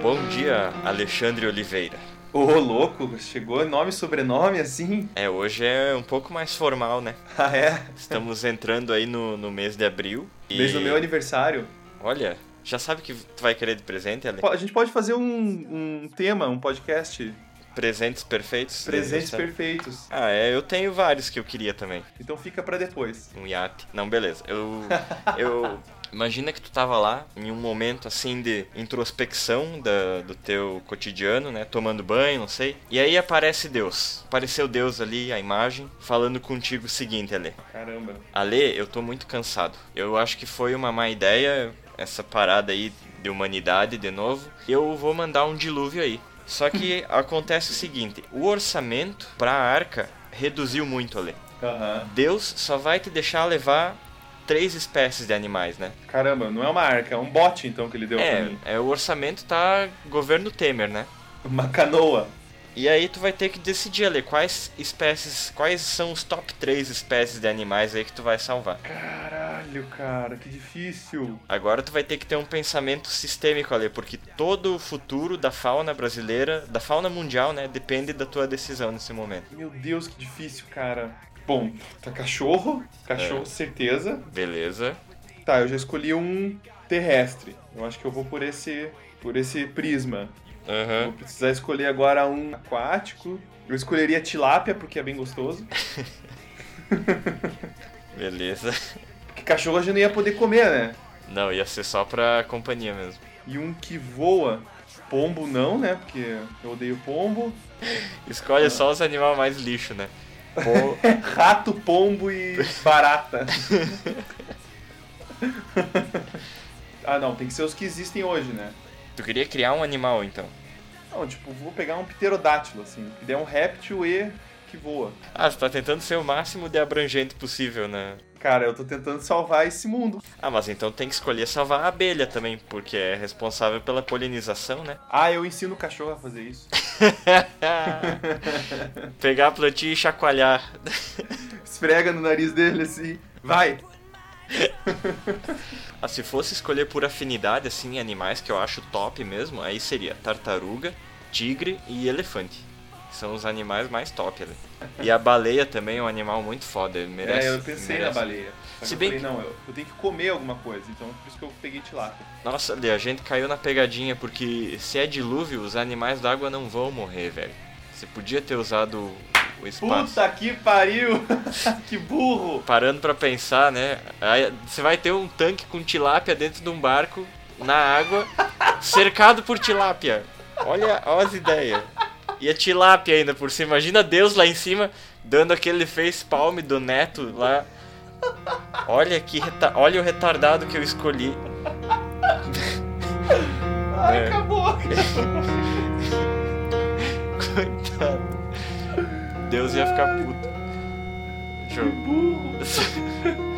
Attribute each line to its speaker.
Speaker 1: Bom dia, Alexandre Oliveira.
Speaker 2: Ô, louco, chegou nome e sobrenome assim?
Speaker 1: É, hoje é um pouco mais formal, né?
Speaker 2: Ah, é?
Speaker 1: Estamos entrando aí no, no mês de abril. E...
Speaker 2: Desde o meu aniversário.
Speaker 1: Olha, já sabe o que tu vai querer de presente, Ale?
Speaker 2: Pô, A gente pode fazer um, um tema, um podcast.
Speaker 1: Presentes perfeitos?
Speaker 2: Presentes
Speaker 1: Aniversário.
Speaker 2: perfeitos.
Speaker 1: Ah, é, eu tenho vários que eu queria também.
Speaker 2: Então fica pra depois.
Speaker 1: Um iate. Não, beleza. Eu. eu... Imagina que tu tava lá em um momento assim de introspecção da, do teu cotidiano, né? Tomando banho, não sei. E aí aparece Deus. Apareceu Deus ali, a imagem, falando contigo o seguinte, Ale.
Speaker 2: Caramba.
Speaker 1: Ale, eu tô muito cansado. Eu acho que foi uma má ideia essa parada aí de humanidade de novo. Eu vou mandar um dilúvio aí. Só que acontece o seguinte: o orçamento pra arca reduziu muito, Ale.
Speaker 2: Aham.
Speaker 1: Deus só vai te deixar levar três espécies de animais, né?
Speaker 2: Caramba, não é uma arca, é um bote então que ele deu pra mim.
Speaker 1: É, é, o orçamento tá governo Temer, né?
Speaker 2: Uma canoa.
Speaker 1: E aí tu vai ter que decidir ali quais espécies, quais são os top três espécies de animais aí que tu vai salvar.
Speaker 2: Caralho, cara, que difícil.
Speaker 1: Agora tu vai ter que ter um pensamento sistêmico ali, porque todo o futuro da fauna brasileira, da fauna mundial, né, depende da tua decisão nesse momento.
Speaker 2: Meu Deus, que difícil, cara. É. Bom, tá cachorro, cachorro, certeza.
Speaker 1: Beleza.
Speaker 2: Tá, eu já escolhi um terrestre. Eu acho que eu vou por esse, por esse prisma. Vou
Speaker 1: Aham.
Speaker 2: precisar escolher agora um aquático. Eu escolheria tilápia, porque é bem gostoso.
Speaker 1: Uhum. Beleza.
Speaker 2: Porque cachorro a gente não ia poder comer, né?
Speaker 1: Não, ia ser só pra companhia mesmo.
Speaker 2: E um que voa. Pombo não, né? Porque eu odeio pombo.
Speaker 1: Escolhe só os animais mais lixo, né? Uhum. Pô,
Speaker 2: Rato, pombo e barata. ah, não. Tem que ser os que existem hoje, né?
Speaker 1: tu queria criar um animal então?
Speaker 2: Não, tipo, vou pegar um pterodátilo, assim. Que daí é um réptil e que voa.
Speaker 1: Ah, você tá tentando ser o máximo de abrangente possível, né?
Speaker 2: Cara, eu tô tentando salvar esse mundo.
Speaker 1: Ah, mas então tem que escolher salvar a abelha também, porque é responsável pela polinização, né?
Speaker 2: Ah, eu ensino o cachorro a fazer isso.
Speaker 1: Pegar a plantinha e chacoalhar.
Speaker 2: Esfrega no nariz dele assim. Vai!
Speaker 1: Ah, se fosse escolher por afinidade, assim, animais que eu acho top mesmo, aí seria tartaruga, tigre e elefante. São os animais mais top ali. E a baleia também é um animal muito foda, ele merece.
Speaker 2: é, eu pensei
Speaker 1: merece.
Speaker 2: na baleia. Só
Speaker 1: Se
Speaker 2: que
Speaker 1: bem
Speaker 2: eu
Speaker 1: que-
Speaker 2: falei, não, eu, eu tenho que comer alguma coisa, então por isso que eu peguei tilápia.
Speaker 1: Nossa, Ale, a gente caiu na pegadinha, porque se é dilúvio, os animais d'água não vão morrer, velho. Você podia ter usado o
Speaker 2: Puta
Speaker 1: espaço.
Speaker 2: que pariu! que burro!
Speaker 1: Parando pra pensar, né? Aí você vai ter um tanque com tilápia dentro de um barco, na água, cercado por tilápia. Olha, olha as ideias. E a tilápia ainda por cima. Imagina Deus lá em cima, dando aquele face palm do neto lá. Olha que reta... Olha o retardado que eu escolhi.
Speaker 2: Ai,
Speaker 1: É.
Speaker 2: acabou!
Speaker 1: Coitado. Deus ia ficar puto. Deixa
Speaker 2: Que
Speaker 1: eu-
Speaker 2: burro!